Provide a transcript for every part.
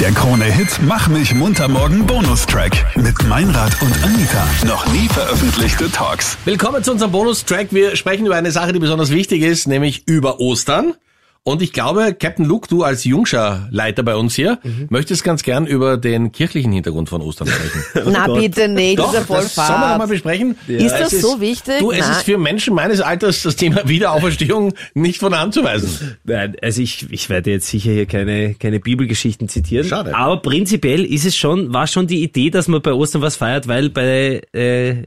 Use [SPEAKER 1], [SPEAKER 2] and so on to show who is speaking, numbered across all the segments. [SPEAKER 1] Der Krone-Hit Mach mich munter morgen Bonustrack mit Meinrad und Anita. Noch nie veröffentlichte Talks.
[SPEAKER 2] Willkommen zu unserem Bonustrack. Wir sprechen über eine Sache, die besonders wichtig ist, nämlich über Ostern. Und ich glaube, Captain Luke, du als Jungscher-Leiter bei uns hier,
[SPEAKER 3] Mhm.
[SPEAKER 2] möchtest ganz gern über den kirchlichen Hintergrund von Ostern sprechen.
[SPEAKER 3] Na bitte nicht,
[SPEAKER 2] Doch,
[SPEAKER 3] dieser
[SPEAKER 2] das sollen wir
[SPEAKER 3] Vollfahrt.
[SPEAKER 2] mal besprechen.
[SPEAKER 3] Ist
[SPEAKER 2] Es
[SPEAKER 3] das so wichtig?
[SPEAKER 2] Du, es
[SPEAKER 3] Nein.
[SPEAKER 2] ist für Menschen meines Alters das Thema Wiederauferstehung nicht von der Hand zu weisen.
[SPEAKER 4] Nein, also ich, ich werde jetzt sicher hier keine, keine Bibelgeschichten zitieren.
[SPEAKER 2] Schade.
[SPEAKER 4] Aber prinzipiell ist es schon, war schon die Idee, dass man bei Ostern was feiert, weil bei äh,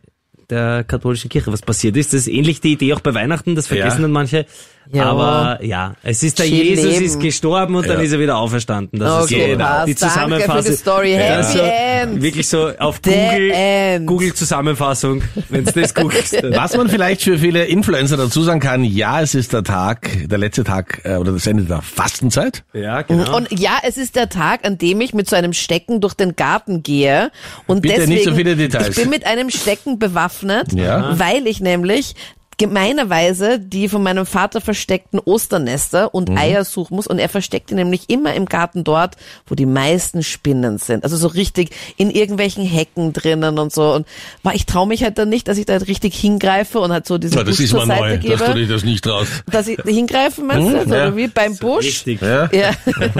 [SPEAKER 4] der katholischen Kirche was passiert ist. Das ist ähnlich die Idee auch bei Weihnachten, das vergessen
[SPEAKER 2] Ja.
[SPEAKER 4] dann manche.
[SPEAKER 3] Ja.
[SPEAKER 4] Aber ja, es ist der
[SPEAKER 3] Chill
[SPEAKER 4] Jesus
[SPEAKER 3] leben.
[SPEAKER 4] ist gestorben und
[SPEAKER 2] Ja.
[SPEAKER 4] dann ist er wieder auferstanden. Das ist
[SPEAKER 3] Okay,
[SPEAKER 4] so
[SPEAKER 3] passt.
[SPEAKER 4] die Zusammenfassung.
[SPEAKER 3] Danke für die Story.
[SPEAKER 4] Ja,
[SPEAKER 3] Happy
[SPEAKER 4] so
[SPEAKER 3] End.
[SPEAKER 4] Wirklich so auf
[SPEAKER 3] The
[SPEAKER 4] Google,
[SPEAKER 3] End.
[SPEAKER 4] Google Zusammenfassung, wenn du das guckst.
[SPEAKER 2] Was man vielleicht für viele Influencer dazu sagen kann, ja, es ist der Tag, der letzte Tag äh, oder das Ende der Fastenzeit.
[SPEAKER 4] Ja, genau.
[SPEAKER 3] Und ja, es ist der Tag, an dem ich mit so einem Stecken durch den Garten gehe. Und
[SPEAKER 2] Bitte nicht
[SPEAKER 3] deswegen,
[SPEAKER 2] so viele Details.
[SPEAKER 3] Ich bin mit einem Stecken bewaffnet,
[SPEAKER 2] Ja.
[SPEAKER 3] weil ich nämlich gemeinerweise die von meinem Vater versteckten Osternester
[SPEAKER 2] Mhm.
[SPEAKER 3] und Eier suchen muss und er versteckt die nämlich immer im Garten dort, wo die meisten Spinnen sind. Also so richtig in irgendwelchen Hecken drinnen und so und boah, ich traue mich halt dann nicht, dass ich da halt richtig hingreife und halt so diesen Busch zur Seite gebe,
[SPEAKER 2] das nicht traust.
[SPEAKER 3] dass ich hingreifen meinst du?
[SPEAKER 2] Mhm,
[SPEAKER 3] Also,
[SPEAKER 2] ja.
[SPEAKER 3] Oder wie beim Busch?
[SPEAKER 4] Richtig.
[SPEAKER 2] Ja.
[SPEAKER 3] Ja.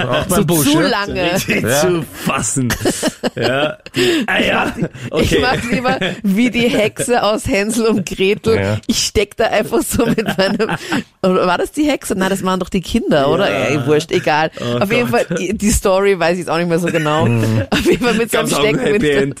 [SPEAKER 2] Auch
[SPEAKER 3] so
[SPEAKER 2] beim Busch.
[SPEAKER 3] zu
[SPEAKER 2] ja.
[SPEAKER 3] lange.
[SPEAKER 4] Richtig zu fassen. Ja, die Eier.
[SPEAKER 3] Ich
[SPEAKER 4] Okay.
[SPEAKER 3] mach's lieber wie die Hexe aus Hänsel und Gretel.
[SPEAKER 2] Ja.
[SPEAKER 3] Ich steck da einfach so mit meinem. Oder War das die Hexe? Nein, das waren doch die Kinder, oder? Ey, wurscht, egal.
[SPEAKER 2] Oh
[SPEAKER 3] Auf jeden Fall, die Story weiß ich jetzt auch nicht mehr so genau.
[SPEAKER 2] Mhm.
[SPEAKER 3] Auf jeden Fall mit so einem
[SPEAKER 4] Gab's auch ein
[SPEAKER 3] Stecken.
[SPEAKER 4] Happy
[SPEAKER 3] Mit,
[SPEAKER 4] End.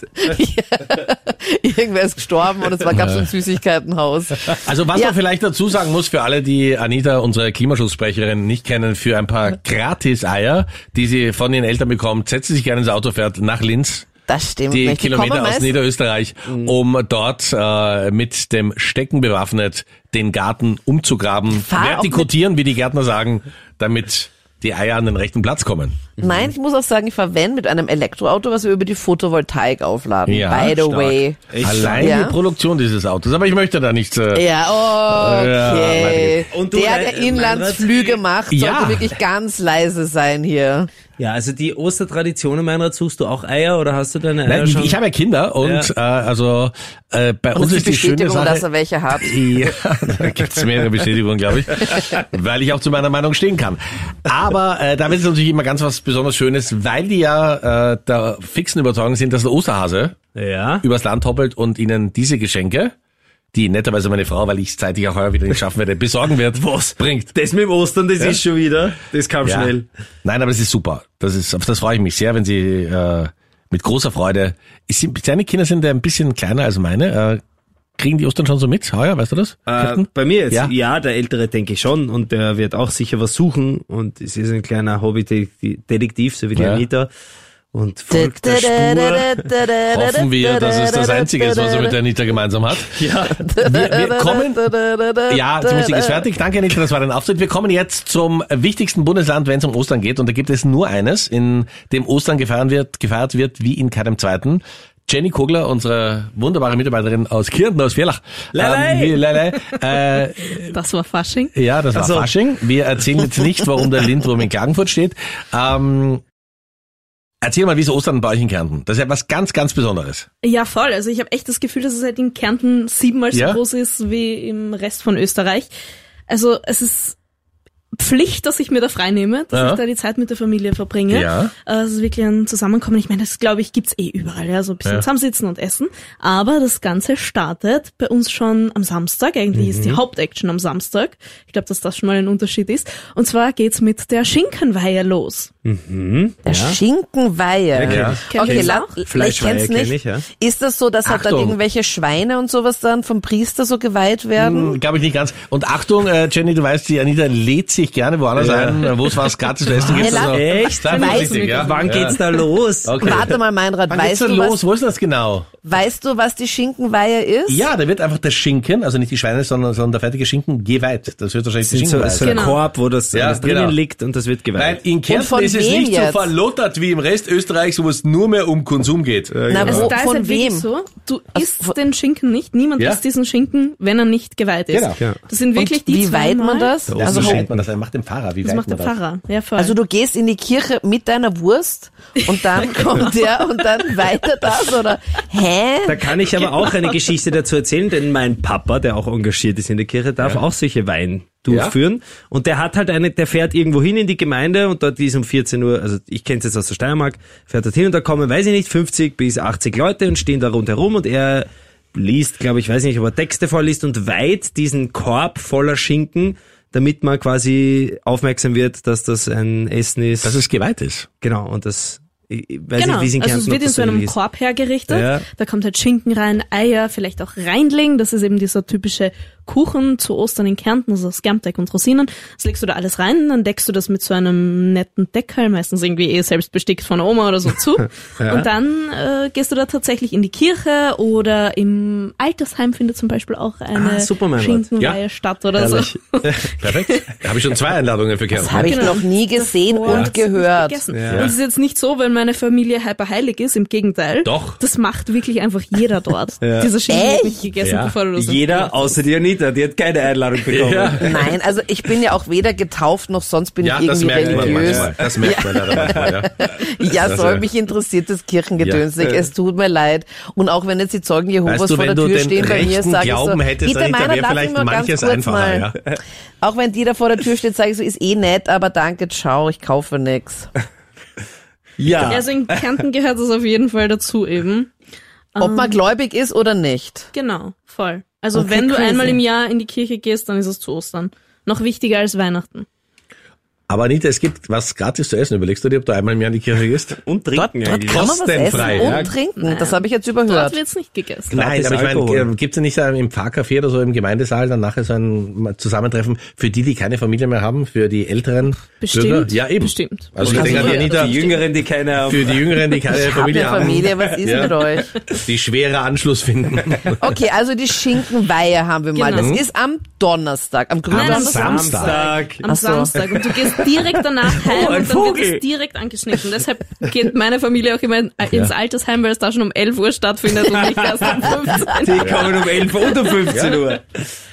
[SPEAKER 3] irgendwer ist gestorben und es war, gab's so ein Süßigkeitenhaus.
[SPEAKER 2] Also was
[SPEAKER 3] Ja.
[SPEAKER 2] man vielleicht dazu sagen muss für alle, die Anita, unsere Klimaschutzsprecherin, nicht kennen, für ein paar Gratis-Eier, die sie von ihren Eltern bekommt, setzt sie sich gerne ins Auto, fährt nach Linz,
[SPEAKER 3] Das stimmt
[SPEAKER 2] die
[SPEAKER 3] nicht.
[SPEAKER 2] Kilometer
[SPEAKER 3] kommen Mhm.
[SPEAKER 2] aus
[SPEAKER 3] meist-
[SPEAKER 2] Niederösterreich, um dort äh, mit dem Stecken bewaffnet den Garten umzugraben,
[SPEAKER 3] Fahr auch
[SPEAKER 2] vertikutieren, wie die Gärtner sagen, damit die Eier an den rechten Platz kommen.
[SPEAKER 3] Nein, ich muss auch sagen, ich fahre Van mit einem Elektroauto, was wir über die Photovoltaik aufladen.
[SPEAKER 2] Ja,
[SPEAKER 3] By the
[SPEAKER 2] stark.
[SPEAKER 3] way.
[SPEAKER 2] Allein
[SPEAKER 3] Ja.
[SPEAKER 2] die Produktion dieses Autos. Aber ich möchte da nichts. Äh,
[SPEAKER 3] Ja, okay.
[SPEAKER 4] Ja, Und du,
[SPEAKER 3] der,
[SPEAKER 4] äh,
[SPEAKER 3] der Inlandsflüge macht, sollte
[SPEAKER 2] Ja.
[SPEAKER 3] wirklich ganz leise sein hier.
[SPEAKER 4] Ja, also die Ostertraditionen, Meinrad, suchst du auch Eier oder hast du deine Eier
[SPEAKER 2] Nein, ich,
[SPEAKER 4] schon?
[SPEAKER 2] ich habe ja Kinder und äh, also äh, bei
[SPEAKER 3] Und
[SPEAKER 2] uns ist
[SPEAKER 3] es ist
[SPEAKER 2] die
[SPEAKER 3] die
[SPEAKER 2] schöne
[SPEAKER 3] Bestätigung,
[SPEAKER 2] Sache.
[SPEAKER 3] dass er welche hat.
[SPEAKER 2] Ja, da gibt's mehrere Bestätigungen, glaube ich, weil ich auch zu meiner Meinung stehen kann. Aber äh, damit ist natürlich immer ganz was besonders Schönes, weil die ja äh, der fixen Überzeugung sind, dass der Osterhase
[SPEAKER 4] ja.
[SPEAKER 2] übers Land hoppelt und ihnen diese Geschenke, die netterweise meine Frau, weil ich es zeitig auch heuer wieder nicht schaffen werde, besorgen wird, was bringt.
[SPEAKER 4] Das mit dem Ostern, das ist schon wieder. Das kam
[SPEAKER 2] Ja.
[SPEAKER 4] schnell.
[SPEAKER 2] Nein, aber es ist super. Das ist, auf das freue ich mich sehr, wenn sie äh, mit großer Freude. Ich sind, seine Kinder sind ja ein bisschen kleiner als meine. Äh, kriegen die Ostern schon so mit? Heuer, weißt du das?
[SPEAKER 4] Äh,
[SPEAKER 2] Captain?
[SPEAKER 4] bei mir jetzt?
[SPEAKER 2] Ja.
[SPEAKER 4] Ja. der Ältere denke ich schon und der wird auch sicher was suchen und es ist ein kleiner Hobby-Detektiv, so wie die
[SPEAKER 2] Ja.
[SPEAKER 4] Anita. Und folgt der Spur.
[SPEAKER 2] Hoffen wir, dass es das Einzige ist, was er mit der Anita gemeinsam hat.
[SPEAKER 4] Ja,
[SPEAKER 2] Wir, wir kommen. Ja, die Musik ist fertig. Danke, Anita, das war dein Auftritt. Wir kommen jetzt zum wichtigsten Bundesland, wenn es um Ostern geht. Und da gibt es nur eines, in dem Ostern gefeiert wird, gefeiert wird wie in keinem zweiten. Jenny Kogler, unsere wunderbare Mitarbeiterin aus Kirchen, aus Vierlach. Ähm,
[SPEAKER 4] Leilei.
[SPEAKER 2] wir- Leilei. Äh,
[SPEAKER 5] Das war Fasching.
[SPEAKER 2] Ja, das war
[SPEAKER 4] Ach so.
[SPEAKER 2] Fasching. Wir erzählen jetzt nicht, warum der Lindwurm in Klagenfurt steht. Ähm, erzähl mal, wie ist Ostern bei euch in Kärnten? Das ist ja was ganz, ganz Besonderes.
[SPEAKER 5] Ja, voll. Also ich habe echt das Gefühl, dass es halt in Kärnten siebenmal so
[SPEAKER 2] Ja?
[SPEAKER 5] groß ist wie im Rest von Österreich. Also es ist Pflicht, dass ich mir da frei nehme, dass
[SPEAKER 2] Ja.
[SPEAKER 5] ich da die Zeit mit der Familie verbringe.
[SPEAKER 2] Ja.
[SPEAKER 5] Äh, Es ist wirklich ein Zusammenkommen. Ich meine, das glaube ich gibt's eh überall, ja, so ein bisschen
[SPEAKER 2] Ja.
[SPEAKER 5] zusammensitzen und essen. Aber das Ganze startet bei uns schon am Samstag. Eigentlich ist
[SPEAKER 2] Mhm.
[SPEAKER 5] die Hauptaction am Samstag. Ich glaube, dass das schon mal ein Unterschied ist. Und zwar geht's mit der Schinkenweihe los.
[SPEAKER 3] Der Schinkenweihe.
[SPEAKER 4] Ja, kenn
[SPEAKER 3] Okay,
[SPEAKER 5] ich. Kenn ich
[SPEAKER 3] la-
[SPEAKER 5] auch.
[SPEAKER 3] ich
[SPEAKER 4] Fleischweihe
[SPEAKER 3] kenn's
[SPEAKER 4] kenn
[SPEAKER 3] nicht.
[SPEAKER 4] ich, ja.
[SPEAKER 3] Ist das so, dass halt dann
[SPEAKER 2] Achtung.
[SPEAKER 3] irgendwelche Schweine und sowas dann vom Priester so geweiht werden?
[SPEAKER 2] Hm, Glaube ich nicht ganz. Und Achtung, äh, Jenny, du weißt, die Anita lädt sich gerne woanders
[SPEAKER 4] Ja.
[SPEAKER 2] ein, wo es was gratis zu essen gibt. Also,
[SPEAKER 3] Ja, la-
[SPEAKER 4] Echt?
[SPEAKER 2] Sei vorsichtig, ja.
[SPEAKER 4] Wann
[SPEAKER 2] ja.
[SPEAKER 4] geht's da los?
[SPEAKER 2] Okay.
[SPEAKER 3] Warte mal, Meinrad,
[SPEAKER 2] Wann geht's
[SPEAKER 3] weißt
[SPEAKER 2] da
[SPEAKER 3] du,
[SPEAKER 2] los?
[SPEAKER 3] was,
[SPEAKER 2] Wo ist das genau?
[SPEAKER 3] weißt du, was die Schinkenweihe ist?
[SPEAKER 2] Ja, da wird einfach der Schinken, also nicht die Schweine, sondern, sondern der fertige Schinken, geweiht. Das wird wahrscheinlich
[SPEAKER 4] Das ist so,
[SPEAKER 2] Schinkenweihe
[SPEAKER 4] so ein
[SPEAKER 2] sein.
[SPEAKER 5] Genau.
[SPEAKER 4] Korb, wo das
[SPEAKER 2] Ja,
[SPEAKER 4] alles drinnen
[SPEAKER 2] genau.
[SPEAKER 4] liegt und das wird
[SPEAKER 2] Weil
[SPEAKER 4] geweiht.
[SPEAKER 2] in
[SPEAKER 3] Und
[SPEAKER 2] Kärnten
[SPEAKER 3] von
[SPEAKER 2] ist ist es
[SPEAKER 3] wem
[SPEAKER 2] nicht
[SPEAKER 3] jetzt?
[SPEAKER 2] so verlottert wie im Rest Österreichs, wo es nur mehr um Konsum geht. Äh,
[SPEAKER 3] Na,
[SPEAKER 2] genau.
[SPEAKER 5] Also
[SPEAKER 3] Wo-
[SPEAKER 5] da ist
[SPEAKER 3] von
[SPEAKER 5] halt wirklich
[SPEAKER 3] wem?
[SPEAKER 5] so, du
[SPEAKER 3] Also
[SPEAKER 5] isst
[SPEAKER 3] von-
[SPEAKER 5] den Schinken nicht. Niemand
[SPEAKER 2] Ja.
[SPEAKER 5] isst diesen Schinken, wenn er nicht geweiht ist.
[SPEAKER 2] Genau. Ja.
[SPEAKER 5] Das sind wirklich
[SPEAKER 3] Und
[SPEAKER 5] die
[SPEAKER 3] wie
[SPEAKER 5] zwei
[SPEAKER 3] weit man
[SPEAKER 5] Mal-
[SPEAKER 3] das?
[SPEAKER 2] So,
[SPEAKER 3] Also,
[SPEAKER 2] wie weit man das ein? Macht dem Pfarrer, wie
[SPEAKER 5] Das
[SPEAKER 2] weit
[SPEAKER 5] macht der
[SPEAKER 2] man das?
[SPEAKER 5] Pfarrer. Ja, voll.
[SPEAKER 3] also du gehst in die Kirche mit deiner Wurst und dann
[SPEAKER 2] genau.
[SPEAKER 3] kommt der und dann weiter das oder hä?
[SPEAKER 4] Da kann ich
[SPEAKER 5] Genau.
[SPEAKER 4] aber auch eine Geschichte dazu erzählen, denn mein Papa, der auch engagiert ist in der Kirche, darf auch solche Wein durchführen. Und der hat halt eine, der fährt irgendwo hin in die Gemeinde und dort ist um 14 Uhr, also ich kenne es jetzt aus der Steiermark, fährt dort hin und da kommen, weiß ich nicht, 50 bis 80 Leute und stehen da rundherum und er liest, glaube ich, weiß nicht, ob er Texte vorliest und weiht diesen Korb voller Schinken, damit man quasi aufmerksam wird, dass das ein Essen ist.
[SPEAKER 2] Dass es geweiht ist.
[SPEAKER 4] genau, und das, ich ich weiß
[SPEAKER 5] Genau,
[SPEAKER 4] nicht, wie es in Kärnten
[SPEAKER 5] also es wird
[SPEAKER 4] ob
[SPEAKER 5] in
[SPEAKER 4] das
[SPEAKER 5] so einem
[SPEAKER 4] ähnlich ist.
[SPEAKER 5] Korb hergerichtet.
[SPEAKER 4] Ja.
[SPEAKER 5] Da kommt halt Schinken rein, Eier, vielleicht auch Reinling. Das ist eben dieser typische Kuchen zu Ostern in Kärnten, also Skermteig und Rosinen. Das legst du da alles rein, dann deckst du das mit so einem netten Deckel, meistens irgendwie eh selbst bestickt von der Oma oder so zu. Und dann äh, gehst du da tatsächlich in die Kirche oder im Altersheim findet zum Beispiel auch eine
[SPEAKER 4] Ah, super, mein Gott.
[SPEAKER 5] Schinkenreihe
[SPEAKER 2] Ja.
[SPEAKER 5] statt oder so.
[SPEAKER 2] Perfekt. Da habe ich schon zwei Einladungen für
[SPEAKER 3] Das
[SPEAKER 2] Kärnten.
[SPEAKER 3] habe ich
[SPEAKER 5] Genau.
[SPEAKER 3] noch nie gesehen
[SPEAKER 5] Davor hat's
[SPEAKER 3] und gehört.
[SPEAKER 5] nicht gegessen. Und es ist jetzt nicht so, weil meine Familie hyperheilig ist, im Gegenteil.
[SPEAKER 2] Doch.
[SPEAKER 5] Das macht wirklich einfach jeder dort. Dieser Schinken wird nicht gegessen,
[SPEAKER 2] Ja.
[SPEAKER 5] bevor du das
[SPEAKER 4] Jeder außer die Anita, die hat keine Einladung bekommen.
[SPEAKER 2] Ja.
[SPEAKER 3] Nein, also ich bin ja auch weder getauft noch sonst bin
[SPEAKER 2] Ja,
[SPEAKER 3] ich
[SPEAKER 2] das
[SPEAKER 3] irgendwie
[SPEAKER 2] merkt man
[SPEAKER 3] religiös.
[SPEAKER 2] manchmal. Das merkt man leider manchmal, ja.
[SPEAKER 3] Ja,
[SPEAKER 2] Das,
[SPEAKER 3] soll
[SPEAKER 2] äh,
[SPEAKER 3] mich interessiert das Kirchengedöns
[SPEAKER 2] Ja.
[SPEAKER 3] nicht. Es tut mir leid. Und auch wenn jetzt die Zeugen Jehovas
[SPEAKER 2] Weißt du,
[SPEAKER 3] vor
[SPEAKER 2] wenn
[SPEAKER 3] der
[SPEAKER 2] du
[SPEAKER 3] Tür
[SPEAKER 2] den
[SPEAKER 3] stehen bei mir,
[SPEAKER 2] rechten
[SPEAKER 3] sage ich so,
[SPEAKER 2] Glauben hättest,
[SPEAKER 3] bitte
[SPEAKER 2] Anita,
[SPEAKER 3] meiner,
[SPEAKER 2] wäre
[SPEAKER 3] darf ich
[SPEAKER 2] vielleicht
[SPEAKER 3] nur ganz
[SPEAKER 2] manches
[SPEAKER 3] kurz
[SPEAKER 2] einfacher,
[SPEAKER 3] mal. Auch wenn die da vor der Tür steht, sage ich so, ist eh nett, aber danke, ciao, ich kaufe nix.
[SPEAKER 4] Ja.
[SPEAKER 5] Also in Kärnten gehört das auf jeden Fall dazu eben.
[SPEAKER 3] Ob
[SPEAKER 5] Ähm.
[SPEAKER 3] man gläubig ist oder nicht.
[SPEAKER 5] Genau, voll. Also
[SPEAKER 3] Okay,
[SPEAKER 5] wenn du
[SPEAKER 3] crazy.
[SPEAKER 5] einmal im Jahr in die Kirche gehst, dann ist es zu Ostern. Noch wichtiger als Weihnachten.
[SPEAKER 2] Aber Anita, es gibt was gratis zu essen. Überlegst du dir, ob du einmal im Jahr in die Kirche gehst?
[SPEAKER 4] und trinken
[SPEAKER 3] Dort kann man was essen
[SPEAKER 2] Kostenfrei,
[SPEAKER 3] und
[SPEAKER 2] ja.
[SPEAKER 3] trinken. Das habe ich jetzt überhört.
[SPEAKER 5] Dort wird's nicht gegessen.
[SPEAKER 2] Nein,
[SPEAKER 4] Gratis
[SPEAKER 2] aber ich
[SPEAKER 4] Alkohol.
[SPEAKER 2] meine, gibt es nicht äh, im Pfarrcafé oder so im Gemeindesaal dann nachher so ein Zusammentreffen für die, die keine Familie mehr haben, für die älteren
[SPEAKER 5] Bestimmt,
[SPEAKER 2] Bürger? Ja, eben.
[SPEAKER 5] bestimmt.
[SPEAKER 2] Also ich
[SPEAKER 4] Also
[SPEAKER 2] denke an die
[SPEAKER 4] für
[SPEAKER 2] Anita,
[SPEAKER 4] die Jüngeren, die keine
[SPEAKER 2] für die Jüngeren, die keine
[SPEAKER 3] Habt ihr
[SPEAKER 2] Familie haben,
[SPEAKER 3] Familie, was ist
[SPEAKER 2] Ja.
[SPEAKER 3] mit euch?
[SPEAKER 2] die schwere Anschluss finden.
[SPEAKER 3] Okay, also die Schinkenweihe haben wir mal.
[SPEAKER 5] Genau.
[SPEAKER 3] Das ist am Donnerstag, am grünen
[SPEAKER 5] Nein, am
[SPEAKER 3] Donnerstag.
[SPEAKER 4] Samstag.
[SPEAKER 5] Am
[SPEAKER 3] Ach so.
[SPEAKER 5] Samstag. Und du gehst direkt danach heim
[SPEAKER 4] Oh, ein
[SPEAKER 5] und dann
[SPEAKER 4] Vogel.
[SPEAKER 5] wird es direkt angeschnitten. Deshalb geht meine Familie auch immer in, äh, ins Altersheim, weil es da schon um 11 Uhr stattfindet und nicht erst um 15
[SPEAKER 4] Die
[SPEAKER 5] Uhr.
[SPEAKER 4] kommen um 11 und um 15 Uhr.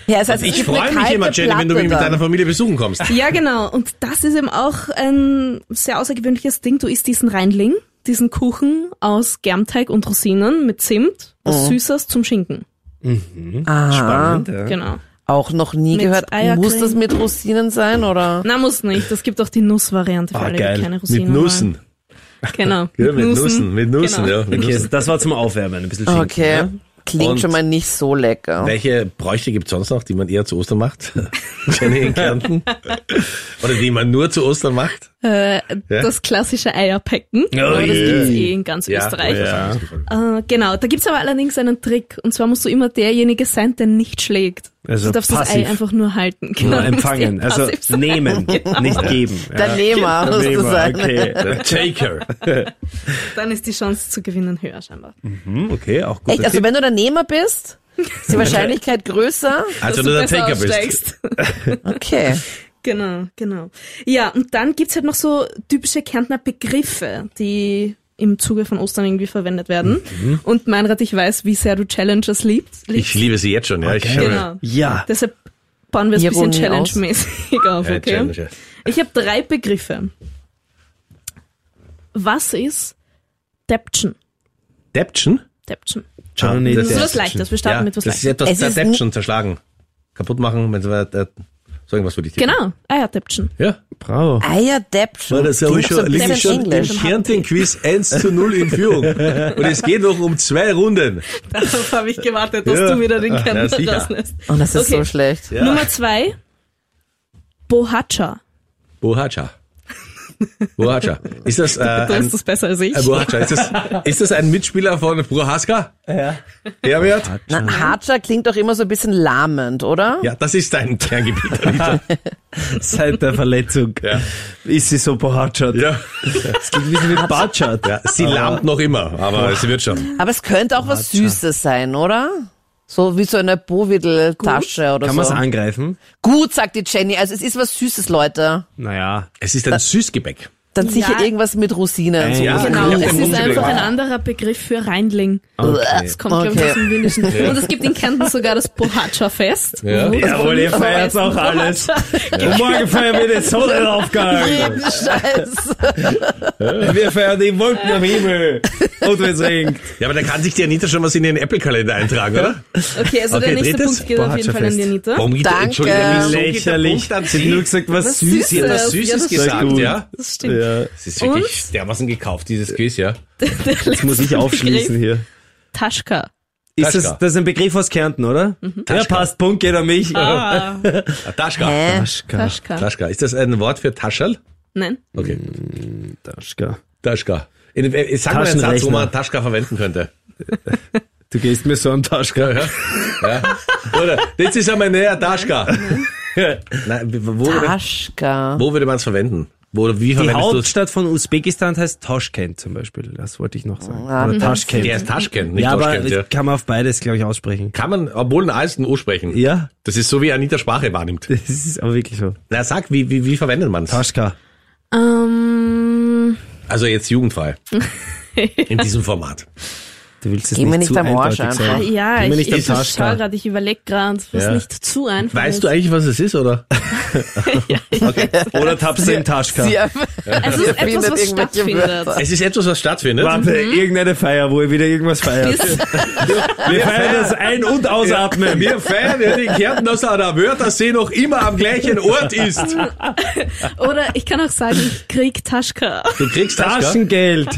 [SPEAKER 3] Ja, das heißt, es
[SPEAKER 2] Ich
[SPEAKER 3] gibt eine
[SPEAKER 2] freue mich
[SPEAKER 3] kalte
[SPEAKER 2] immer, Jenny, wenn du mich mit
[SPEAKER 3] Platte dann.
[SPEAKER 2] deiner Familie besuchen kommst.
[SPEAKER 5] Ja, genau. Und das ist eben auch ein sehr außergewöhnliches Ding. Du isst diesen Reinling, diesen Kuchen aus Germteig und Rosinen mit Zimt,
[SPEAKER 3] Oh.
[SPEAKER 5] was Süßes zum Schinken.
[SPEAKER 4] Spannend, ja.
[SPEAKER 5] Genau.
[SPEAKER 3] Auch noch nie
[SPEAKER 5] Mit
[SPEAKER 3] gehört.
[SPEAKER 5] Eiercreme.
[SPEAKER 3] Muss das mit Rosinen sein oder?
[SPEAKER 5] Na, muss nicht. Es gibt auch die Nussvariante für
[SPEAKER 2] Ah,
[SPEAKER 5] alle, die keine Rosinen
[SPEAKER 2] Mit Nussen.
[SPEAKER 5] Haben. Genau.
[SPEAKER 2] Ja, mit Nussen, mit Nussen,
[SPEAKER 5] Genau.
[SPEAKER 2] ja. Mit
[SPEAKER 4] Okay,
[SPEAKER 2] Nussen.
[SPEAKER 4] das war zum Aufwärmen, ein bisschen Schinken.
[SPEAKER 3] Okay.
[SPEAKER 4] ne?
[SPEAKER 3] Klingt
[SPEAKER 2] Und-
[SPEAKER 3] schon mal nicht so lecker.
[SPEAKER 2] Welche Bräuche gibt es sonst noch, die man eher zu Ostern macht? Jenny in Kärnten? Oder die man nur zu Ostern macht?
[SPEAKER 5] Äh,
[SPEAKER 2] Ja? Oh
[SPEAKER 5] Das klassische Eierpecken. aber das
[SPEAKER 2] je.
[SPEAKER 5] gibt's eh in ganz Österreich.
[SPEAKER 2] Ja.
[SPEAKER 5] Äh, genau, da gibt's aber allerdings einen Trick. Und zwar musst du immer derjenige sein, der nicht schlägt.
[SPEAKER 4] Also
[SPEAKER 5] du darfst
[SPEAKER 4] passiv.
[SPEAKER 5] das Ei einfach nur halten. Genau,
[SPEAKER 4] Nur
[SPEAKER 5] du musst
[SPEAKER 4] empfangen,
[SPEAKER 5] eh
[SPEAKER 4] also
[SPEAKER 5] passiv sein.
[SPEAKER 4] nehmen, nicht geben. Ja.
[SPEAKER 3] Der Nehmer muss das
[SPEAKER 4] Nehmer,
[SPEAKER 3] sein.
[SPEAKER 4] okay.
[SPEAKER 2] Der Taker.
[SPEAKER 5] Dann ist die Chance zu gewinnen höher scheinbar.
[SPEAKER 4] Hm, okay, auch gut.
[SPEAKER 3] Echt, also wenn du der Nehmer bist, ist die Wahrscheinlichkeit größer.
[SPEAKER 2] Also
[SPEAKER 5] Dass
[SPEAKER 2] du der
[SPEAKER 5] besser
[SPEAKER 2] Taker bist.
[SPEAKER 5] aussteigst.
[SPEAKER 3] Okay.
[SPEAKER 5] Genau, genau. Ja, und dann gibt's halt noch so typische Kärntner Begriffe, die im Zuge von Ostern irgendwie verwendet werden. Und Meinrad, ich weiß, wie sehr du Challenges liebst.
[SPEAKER 2] Mhm. Ich liebe sie jetzt schon, ja. Ich
[SPEAKER 5] Genau.
[SPEAKER 4] Ja.
[SPEAKER 5] Deshalb bauen wir es ein bisschen
[SPEAKER 3] Ironie aus.
[SPEAKER 5] challenge-mäßig auf,
[SPEAKER 2] Ja,
[SPEAKER 5] okay?
[SPEAKER 2] Challenge, ja.
[SPEAKER 5] Ich habe drei Begriffe. Was ist Deption?
[SPEAKER 2] Deption?
[SPEAKER 5] Deption.
[SPEAKER 4] Johnny
[SPEAKER 2] Ah,
[SPEAKER 5] Das ist was
[SPEAKER 4] Depp.
[SPEAKER 5] Leichtes. Wir starten
[SPEAKER 2] ja,
[SPEAKER 5] mit was
[SPEAKER 2] Das ist
[SPEAKER 5] Leichtes.
[SPEAKER 2] etwas
[SPEAKER 3] Es
[SPEAKER 2] der
[SPEAKER 3] ist
[SPEAKER 2] Deption zerschlagen. Kaputt machen, wenn es war, äh, so irgendwas würde ich tippen.
[SPEAKER 5] Genau. Ah ja, Deption.
[SPEAKER 2] Ja.
[SPEAKER 4] Bravo.
[SPEAKER 3] Eierdäpfchen. Klingt so ein bisschen englisch.
[SPEAKER 2] Kärnten-Quiz 1 zu 0 in Führung. Und es geht noch um zwei Runden.
[SPEAKER 5] Darauf habe ich gewartet, dass
[SPEAKER 2] Ja.
[SPEAKER 5] du wieder den Kern
[SPEAKER 2] sicher.
[SPEAKER 5] rausnimmst.
[SPEAKER 3] Und Oh, das ist so
[SPEAKER 5] Okay.
[SPEAKER 3] schlecht.
[SPEAKER 2] Ja.
[SPEAKER 5] Nummer zwei. Bohacha.
[SPEAKER 2] Bohacha. Bohacha. Ist das, äh,
[SPEAKER 5] Du
[SPEAKER 2] ein,
[SPEAKER 5] weißt das besser als ich.
[SPEAKER 2] äh, Bohacha, ist das, ist das ein Mitspieler von Prohaska?
[SPEAKER 4] Ja.
[SPEAKER 2] Herbert?
[SPEAKER 3] Na, Hatscher klingt doch immer so ein bisschen lahmend, oder?
[SPEAKER 2] Ja, das ist dein Kerngebiet. Anita.
[SPEAKER 4] Seit der Verletzung
[SPEAKER 2] Ja.
[SPEAKER 4] ist sie so behatschert.
[SPEAKER 2] ja. Äh,
[SPEAKER 4] Das klingt ein bisschen wie Batschert.
[SPEAKER 2] ja, sie lahmt noch immer, aber es wird schon.
[SPEAKER 3] Aber es könnte auch was Süßes sein, oder? So wie so eine Bovidel-Tasche oder
[SPEAKER 4] Kann
[SPEAKER 3] so.
[SPEAKER 4] man es angreifen?
[SPEAKER 3] Gut, sagt die Jenny. Also es ist was Süßes, Leute.
[SPEAKER 4] Naja.
[SPEAKER 2] Es ist ein Süßgebäck.
[SPEAKER 3] dann sicher
[SPEAKER 5] Ja.
[SPEAKER 3] irgendwas mit Rosinen.
[SPEAKER 4] Ja,
[SPEAKER 3] So.
[SPEAKER 5] Genau,
[SPEAKER 2] Ich hab
[SPEAKER 5] es
[SPEAKER 2] den
[SPEAKER 5] ist
[SPEAKER 2] Mund
[SPEAKER 5] einfach
[SPEAKER 2] gelegt.
[SPEAKER 5] ein anderer Begriff für Reinling. Das kommt, glaube ich,
[SPEAKER 3] Okay.
[SPEAKER 5] aus dem Wienischen. Und es gibt in Kärnten sogar das Bohatscha-Fest.
[SPEAKER 2] Ja.
[SPEAKER 5] wo das
[SPEAKER 4] Jawohl, ihr
[SPEAKER 5] Wiener
[SPEAKER 4] feiert's
[SPEAKER 5] Weißen
[SPEAKER 4] auch alles.
[SPEAKER 5] Bohatscha-
[SPEAKER 4] Und morgen feiern wir den Sonnenaufgang.
[SPEAKER 3] Jeden Scheiß.
[SPEAKER 4] Äh, Wir feiern die Wolken am Himmel. Und wir singt.
[SPEAKER 2] Ja, aber da kann sich die Anita schon was in ihren Apple-Kalender eintragen, oder?
[SPEAKER 5] Okay, also
[SPEAKER 2] Okay,
[SPEAKER 5] der nächste
[SPEAKER 2] drittes
[SPEAKER 5] Punkt geht auf jeden Fall an die Anita.
[SPEAKER 2] Warum geht
[SPEAKER 3] Danke.
[SPEAKER 2] Entschuldigung,
[SPEAKER 4] Äh,
[SPEAKER 2] wieso geht der
[SPEAKER 4] Lächerlich.
[SPEAKER 2] Punkt an
[SPEAKER 4] Sie hat nur
[SPEAKER 2] Sie?
[SPEAKER 4] gesagt, was
[SPEAKER 5] Was
[SPEAKER 4] süß
[SPEAKER 2] Sie hat was
[SPEAKER 5] Süßes. Ja,
[SPEAKER 2] Süßes
[SPEAKER 5] das
[SPEAKER 2] gesagt,
[SPEAKER 4] stimmt.
[SPEAKER 2] ja?
[SPEAKER 5] Das stimmt.
[SPEAKER 4] Ja,
[SPEAKER 2] Das ist wirklich dermaßen gekauft, dieses Quiz, ja?
[SPEAKER 4] jetzt muss ich aufschließen hier.
[SPEAKER 5] Taschka.
[SPEAKER 4] Ist das,
[SPEAKER 2] Taschka.
[SPEAKER 4] das ist ein Begriff aus Kärnten, oder? Ja, passt, Punkt geht an mich.
[SPEAKER 5] Mhm. Ah,
[SPEAKER 2] Ah, Taschka.
[SPEAKER 3] Hä?
[SPEAKER 4] Taschka.
[SPEAKER 5] Taschka.
[SPEAKER 2] Taschka. Ist das ein Wort für Taschel?
[SPEAKER 5] Nein.
[SPEAKER 2] Okay.
[SPEAKER 4] Taschka.
[SPEAKER 2] Taschka. In, äh, sag mal einen Satz, wo
[SPEAKER 4] Taschenrechner.
[SPEAKER 2] man Taschka verwenden könnte.
[SPEAKER 4] Du gehst mir so am Taschka.
[SPEAKER 2] Ja. ja. Oder, das ist einmal näher Taschka. Nein, wo,
[SPEAKER 3] Taschka.
[SPEAKER 2] wo würde man es verwenden? Wo, oder wie
[SPEAKER 4] Die
[SPEAKER 2] verwendest du es?
[SPEAKER 4] Hauptstadt von Usbekistan heißt Toschkent zum Beispiel. Das wollte ich noch sagen.
[SPEAKER 5] Ah.
[SPEAKER 4] Oder
[SPEAKER 5] Mhm.
[SPEAKER 4] Taschkent.
[SPEAKER 2] Der ist Taschkent, nicht
[SPEAKER 4] ja, aber
[SPEAKER 2] Taschkent, ja.
[SPEAKER 4] kann man auf beides, glaube ich, aussprechen.
[SPEAKER 2] Kann man, obwohl ein Eis ein O sprechen.
[SPEAKER 4] Ja,
[SPEAKER 2] Das ist so, wie Anita Sprache wahrnimmt.
[SPEAKER 4] das ist aber wirklich so.
[SPEAKER 2] Na, sag, wie, wie, wie verwendet man es?
[SPEAKER 4] Taschka.
[SPEAKER 5] Ähm,
[SPEAKER 2] Also jetzt jugendfrei. In diesem Format.
[SPEAKER 4] Du willst es
[SPEAKER 3] Geh mir
[SPEAKER 4] nicht
[SPEAKER 3] nicht
[SPEAKER 4] zu
[SPEAKER 3] am Arsch
[SPEAKER 4] eindeutig
[SPEAKER 3] einfach.
[SPEAKER 4] sagen.
[SPEAKER 5] ja,
[SPEAKER 4] Geh mir
[SPEAKER 5] ich,
[SPEAKER 4] nicht
[SPEAKER 5] ich,
[SPEAKER 4] am
[SPEAKER 5] ich schau
[SPEAKER 4] Taschka.
[SPEAKER 5] gerade, ich überlege gerade, was
[SPEAKER 2] Ja.
[SPEAKER 5] nicht zu einfach
[SPEAKER 2] Weißt
[SPEAKER 5] ist.
[SPEAKER 2] du eigentlich, was es ist, oder?
[SPEAKER 4] Oder tappst du im Taschka.
[SPEAKER 3] Sie
[SPEAKER 5] Also es ist
[SPEAKER 3] findet
[SPEAKER 5] etwas, was
[SPEAKER 3] irgendwelche
[SPEAKER 5] stattfindet.
[SPEAKER 3] Wörter.
[SPEAKER 2] Es ist etwas, was stattfindet.
[SPEAKER 4] Warte, irgendeine Feier, wo ihr wieder irgendwas feiert. Wir feiern das Ein- und Ausatmen.
[SPEAKER 2] Wir feiern ja den Kärnten, dass er der Wörthersee noch immer am gleichen Ort ist.
[SPEAKER 5] Oder ich kann auch sagen, ich krieg Taschka.
[SPEAKER 2] Du kriegst das, gell?
[SPEAKER 4] Taschengeld.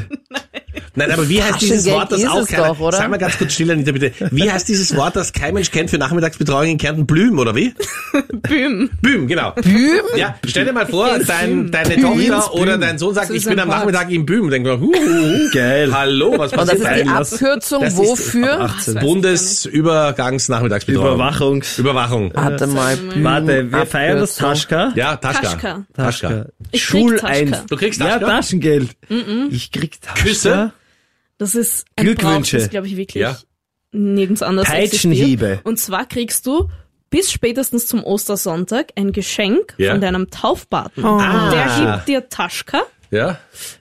[SPEAKER 2] Nein, aber wie heißt dieses
[SPEAKER 3] Taschengeld
[SPEAKER 2] Wort, das
[SPEAKER 3] ist
[SPEAKER 2] auch
[SPEAKER 3] es
[SPEAKER 2] keiner...
[SPEAKER 3] doch, oder?
[SPEAKER 2] Sag mal ganz kurz still, Anita, bitte. Wie heißt dieses Wort, das kein Mensch kennt für Nachmittagsbetreuung in Kärnten? Blüm, oder wie?
[SPEAKER 5] Büm.
[SPEAKER 2] Büm, genau. Büm? Ja, stell dir mal vor, dein, deine Tochter oder dein Sohn sagt,
[SPEAKER 5] So
[SPEAKER 2] ich
[SPEAKER 5] ist
[SPEAKER 2] bin
[SPEAKER 5] ein
[SPEAKER 2] am
[SPEAKER 5] Wort.
[SPEAKER 2] Nachmittag im Büm. Denk mal, huh, huh, huh.
[SPEAKER 4] Geil.
[SPEAKER 2] hallo, was
[SPEAKER 3] Und das
[SPEAKER 2] passiert
[SPEAKER 3] ist die
[SPEAKER 2] eigentlich?
[SPEAKER 3] Abkürzung
[SPEAKER 2] Das ist-
[SPEAKER 3] wofür?
[SPEAKER 2] Bundesübergangsnachmittagsbetreuung.
[SPEAKER 4] Überwachungs. Mhm.
[SPEAKER 2] Überwachung.
[SPEAKER 3] Warte mal.
[SPEAKER 4] Warte, wir feiern das Taschka.
[SPEAKER 2] Ja, Taschka.
[SPEAKER 5] Taschka.
[SPEAKER 2] Taschka.
[SPEAKER 5] Ich krieg
[SPEAKER 4] Schuleins.
[SPEAKER 5] Taschka.
[SPEAKER 2] Du kriegst
[SPEAKER 4] Ja,
[SPEAKER 2] Taschka?
[SPEAKER 4] Taschengeld. Ich krieg Taschka.
[SPEAKER 2] Küsse?
[SPEAKER 5] Das ist ein
[SPEAKER 4] Glückwünsche.
[SPEAKER 5] Brauch, das glaube ich wirklich
[SPEAKER 2] Ja.
[SPEAKER 5] nirgends anders
[SPEAKER 4] Peitschenhiebe.
[SPEAKER 5] existiert. Und zwar kriegst du bis spätestens zum Ostersonntag ein Geschenk
[SPEAKER 2] Ja.
[SPEAKER 5] von deinem Taufpaten. Der gibt dir Taschka.
[SPEAKER 2] Ja.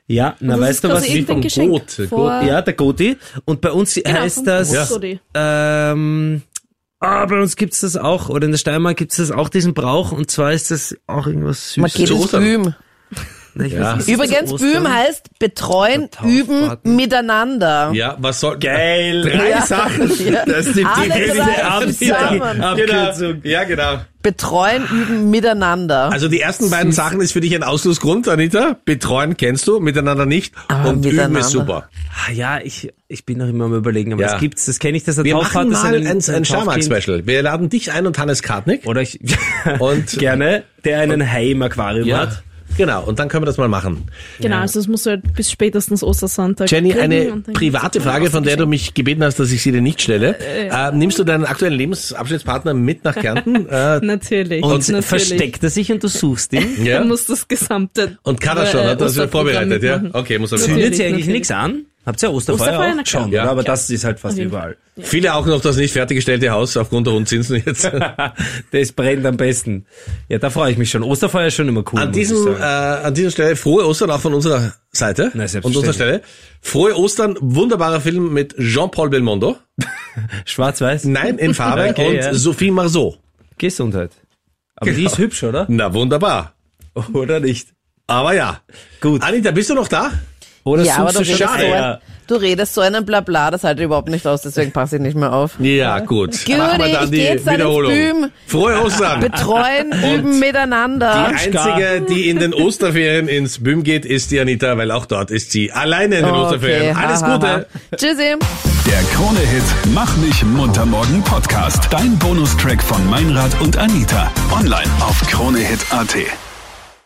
[SPEAKER 4] Ja, Ah. na
[SPEAKER 5] Das
[SPEAKER 4] weißt
[SPEAKER 5] ist
[SPEAKER 4] du
[SPEAKER 5] quasi
[SPEAKER 4] was?
[SPEAKER 5] irgendein
[SPEAKER 2] vom
[SPEAKER 5] Geschenk
[SPEAKER 2] Goat, Goat.
[SPEAKER 5] vor-
[SPEAKER 4] Ja, der Goti. Und bei uns
[SPEAKER 5] Genau,
[SPEAKER 4] heißt
[SPEAKER 5] vom
[SPEAKER 4] das.
[SPEAKER 5] Großgodi.
[SPEAKER 4] Ähm, ah, bei uns gibt's das auch, oder in der Steiermark gibt's das auch, diesen Brauch, und zwar ist das auch irgendwas
[SPEAKER 3] Man
[SPEAKER 4] Süßes.
[SPEAKER 3] geht ins
[SPEAKER 2] Ostern.
[SPEAKER 3] Büm.
[SPEAKER 4] Na, Ne, ich
[SPEAKER 2] Ja.
[SPEAKER 4] weiß nicht, ist das
[SPEAKER 3] Übrigens, halt
[SPEAKER 4] Ostern?
[SPEAKER 3] Büm heißt betreuen,
[SPEAKER 4] Taufpaten.
[SPEAKER 3] üben, miteinander.
[SPEAKER 2] Ja, was soll...
[SPEAKER 4] Geil.
[SPEAKER 2] Drei
[SPEAKER 3] Ja.
[SPEAKER 2] Sachen.
[SPEAKER 3] Ja.
[SPEAKER 4] Das ist die
[SPEAKER 3] Alle drei zusammen.
[SPEAKER 2] Genau.
[SPEAKER 4] Abkürzung.
[SPEAKER 2] Ja, genau.
[SPEAKER 3] Betreuen, üben, miteinander.
[SPEAKER 2] Also die ersten beiden Sachen ist für dich ein Ausschlussgrund, Anita. Betreuen kennst du, miteinander nicht.
[SPEAKER 3] Aber
[SPEAKER 2] und üben
[SPEAKER 3] miteinander.
[SPEAKER 2] ist super.
[SPEAKER 4] Ah, ja, ich, ich bin noch immer am überlegen, aber
[SPEAKER 2] Ja.
[SPEAKER 4] das gibt's, das kenne ich, dass der
[SPEAKER 2] Wir
[SPEAKER 4] Taufpate
[SPEAKER 2] machen mal
[SPEAKER 4] seinen-
[SPEAKER 2] ein, ein,
[SPEAKER 4] seinen Taufkind-
[SPEAKER 2] Steiermark-Special. Wir laden dich ein und Hannes Kartnick.
[SPEAKER 4] Oder ich,
[SPEAKER 2] Und-
[SPEAKER 4] gerne, der einen Hai im Aquarium hat.
[SPEAKER 2] Genau, und dann können wir das mal machen.
[SPEAKER 5] Genau, also das musst du halt bis spätestens Ostersonntag
[SPEAKER 2] Jenny,
[SPEAKER 5] kriegen
[SPEAKER 2] eine
[SPEAKER 5] und dann genau.
[SPEAKER 2] private
[SPEAKER 5] gibt's ein
[SPEAKER 2] Frage, von der du
[SPEAKER 5] Ostergeschenk.
[SPEAKER 2] mich gebeten hast, dass ich sie dir nicht stelle. Äh, nimmst du deinen aktuellen Lebensabschnittspartner mit nach Kärnten? Äh,
[SPEAKER 5] Natürlich.
[SPEAKER 4] Und
[SPEAKER 5] natürlich.
[SPEAKER 4] versteckt er sich und du suchst ihn.
[SPEAKER 5] Dann
[SPEAKER 2] ja?
[SPEAKER 5] muss das gesamte.
[SPEAKER 2] Und kann er schon,
[SPEAKER 5] äh,
[SPEAKER 2] hat er sich
[SPEAKER 5] Osterprogramm
[SPEAKER 2] vorbereitet, ja?
[SPEAKER 5] mitmachen.
[SPEAKER 2] Okay, muss er
[SPEAKER 5] Natürlich.
[SPEAKER 2] wissen.
[SPEAKER 4] Zündet ihr eigentlich
[SPEAKER 5] natürlich.
[SPEAKER 4] nichts an? Habt ihr Osterfeuer,
[SPEAKER 5] Osterfeuer, na
[SPEAKER 4] auch?
[SPEAKER 5] klar.
[SPEAKER 4] Schon,
[SPEAKER 2] Ja.
[SPEAKER 4] oder? aber das ist halt fast
[SPEAKER 5] jeden
[SPEAKER 4] überall.
[SPEAKER 2] Viele auch noch das nicht fertiggestellte Haus aufgrund der hohen Zinsen jetzt.
[SPEAKER 4] Das brennt am besten. Ja, da freue ich mich schon. Osterfeuer ist schon immer cool.
[SPEAKER 2] An,
[SPEAKER 4] muss ich
[SPEAKER 2] diesem, äh,
[SPEAKER 4] sagen.
[SPEAKER 2] an dieser Stelle frohe Ostern auch von unserer Seite
[SPEAKER 4] Na,
[SPEAKER 2] und
[SPEAKER 4] selbstverständlich.
[SPEAKER 2] unserer Stelle. Frohe Ostern, wunderbarer Film mit Jean-Paul Belmondo.
[SPEAKER 4] äh, Schwarz-Weiß.
[SPEAKER 2] Nein, in Farbe
[SPEAKER 4] Okay,
[SPEAKER 2] und
[SPEAKER 4] ja.
[SPEAKER 2] Sophie Marceau.
[SPEAKER 4] Gesundheit. Aber die ist hübsch, oder?
[SPEAKER 2] Na wunderbar.
[SPEAKER 4] Genau. Oder nicht?
[SPEAKER 2] Aber ja.
[SPEAKER 4] Gut.
[SPEAKER 2] Anita, bist du noch da?
[SPEAKER 4] Oder
[SPEAKER 3] ja, aber
[SPEAKER 4] suchst
[SPEAKER 3] du
[SPEAKER 4] du schon
[SPEAKER 3] redest, so ein,
[SPEAKER 4] Eier?
[SPEAKER 3] du redest so einen Blabla, das halte ich überhaupt nicht aus, deswegen passe ich nicht mehr auf.
[SPEAKER 2] Ja, gut.
[SPEAKER 3] Gut,
[SPEAKER 2] Machen wir
[SPEAKER 3] ich
[SPEAKER 2] dann
[SPEAKER 3] geh
[SPEAKER 2] die
[SPEAKER 3] jetzt dann ins
[SPEAKER 2] Wiederholung.
[SPEAKER 3] Büm.
[SPEAKER 2] Frohe Ostern.
[SPEAKER 3] Betreuen, üben, miteinander.
[SPEAKER 2] Die einzige, die in den Osterferien ins BÜM geht, ist die Anita, weil auch dort ist sie alleine in den Osterferien. Alles
[SPEAKER 3] ha, ha,
[SPEAKER 2] Gute.
[SPEAKER 3] ha. Tschüssi.
[SPEAKER 1] Der Krone-Hit Mach mich munter morgen Podcast. Dein Bonustrack von Meinrad und Anita. Online auf kronehit.at.